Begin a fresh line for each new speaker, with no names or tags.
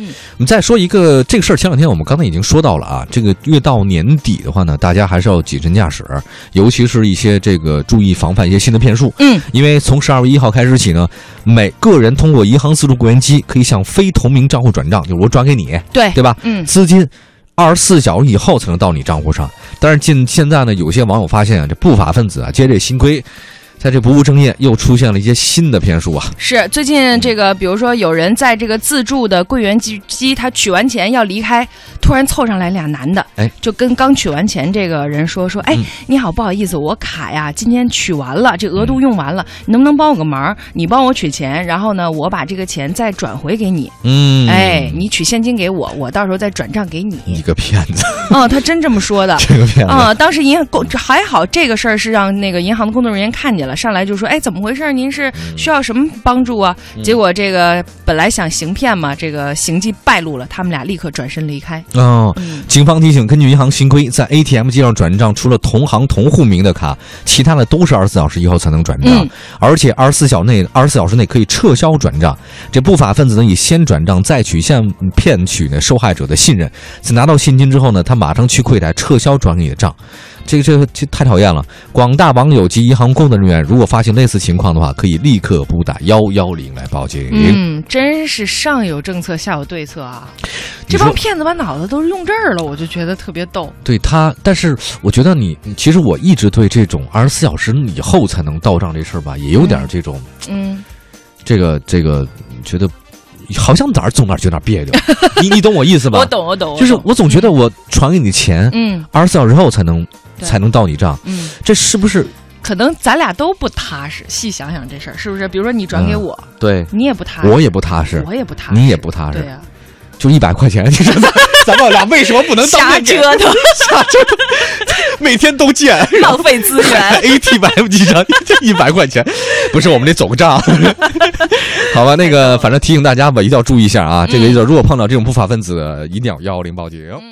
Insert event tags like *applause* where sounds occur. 嗯，
我们再说一个这个事儿，前两天我们刚才已经说到了啊。这个越到年底的话呢，大家还是要谨慎驾驶，尤其是一些这个注意防范一些新的骗术。
嗯，
因为从十二月一号开始起呢，每个人通过银行自助柜员机可以向非同名账户转账，就是我转给你，
对，
对吧？
嗯
资金二十四小时以后才能到你账户上。但是近现在呢，有些网友发现啊，这不法分子啊接这新规，在这不务正业又出现了一些新的骗术啊。
是最近这个，比如说有人在这个自助的柜员机机，他取完钱要离开，突然凑上来俩男的，
哎，
就跟刚取完钱这个人说说，哎
嗯，
你好，不好意思，我卡呀，今天取完了，这额度
嗯
用完了，你能不能帮我个忙？你帮我取钱，然后呢，我把这个钱再转回给你，
嗯，
哎，你取现金给我，我到时候再转账
*laughs*
给你。
你个骗子，
嗯，他真这么说的。
这个骗子。
啊、当时银行工还好，这个事儿是让那个银行的工作人员看见了，上来就说：“哎，怎么回事儿？您是
嗯
需要什么帮助啊？”结果这个本来想行骗嘛，这个行迹败露了，他们俩立刻转身离开。
哦，
嗯，
警方提醒，根据银行新规，在 ATM 机上转账，除了同行同户名的卡，其他的都是二十四小时以后才能转账，
嗯
而且二十四小内二十四小时内可以撤销转账。这不法分子呢，以先转账再取现，骗取呢受害者的信任。在拿到现金之后呢，他马上去柜台撤销转给你的账。这个这个这太讨厌了！广大网友及银行工作人员如果发现类似情况的话，可以立刻拨打幺幺零来报警。
嗯，真是上有政策，下有对策啊！
你
这
说
帮骗子把脑子都用这儿了，我就觉得特别逗。
对他，但是我觉得你，其实我一直对这种二十四小时以后才能到账这事儿吧，也有点儿这种、
嗯，
这个这个，觉得好像哪儿总哪儿就哪儿别扭。 *laughs* 你你懂我意思吧？
我。懂，我懂，
就是
我懂
我总觉得我传给你钱，
嗯
二十四小时后才能
对
才能到你账，
嗯，
这是不是？
可能咱俩都不踏实。细想想这事儿，是不是？比如说你转给
嗯
我，
对，
你也不踏实，
我也不踏实，
我也不踏实，
你也不踏
对啊
实，
呀、
就一百块钱，你说咱咱们俩为什么不能当
*laughs* 瞎
面给 *laughs*
折腾，
每天都见？
浪费资
*laughs*
源。
ATM 机上这一百块钱，不是我们得走个账， *laughs* 好吧？那个反正提醒大家吧，一定要注意一下啊！这个
嗯
如果碰到这种不法分子，一定要幺幺零报警。
嗯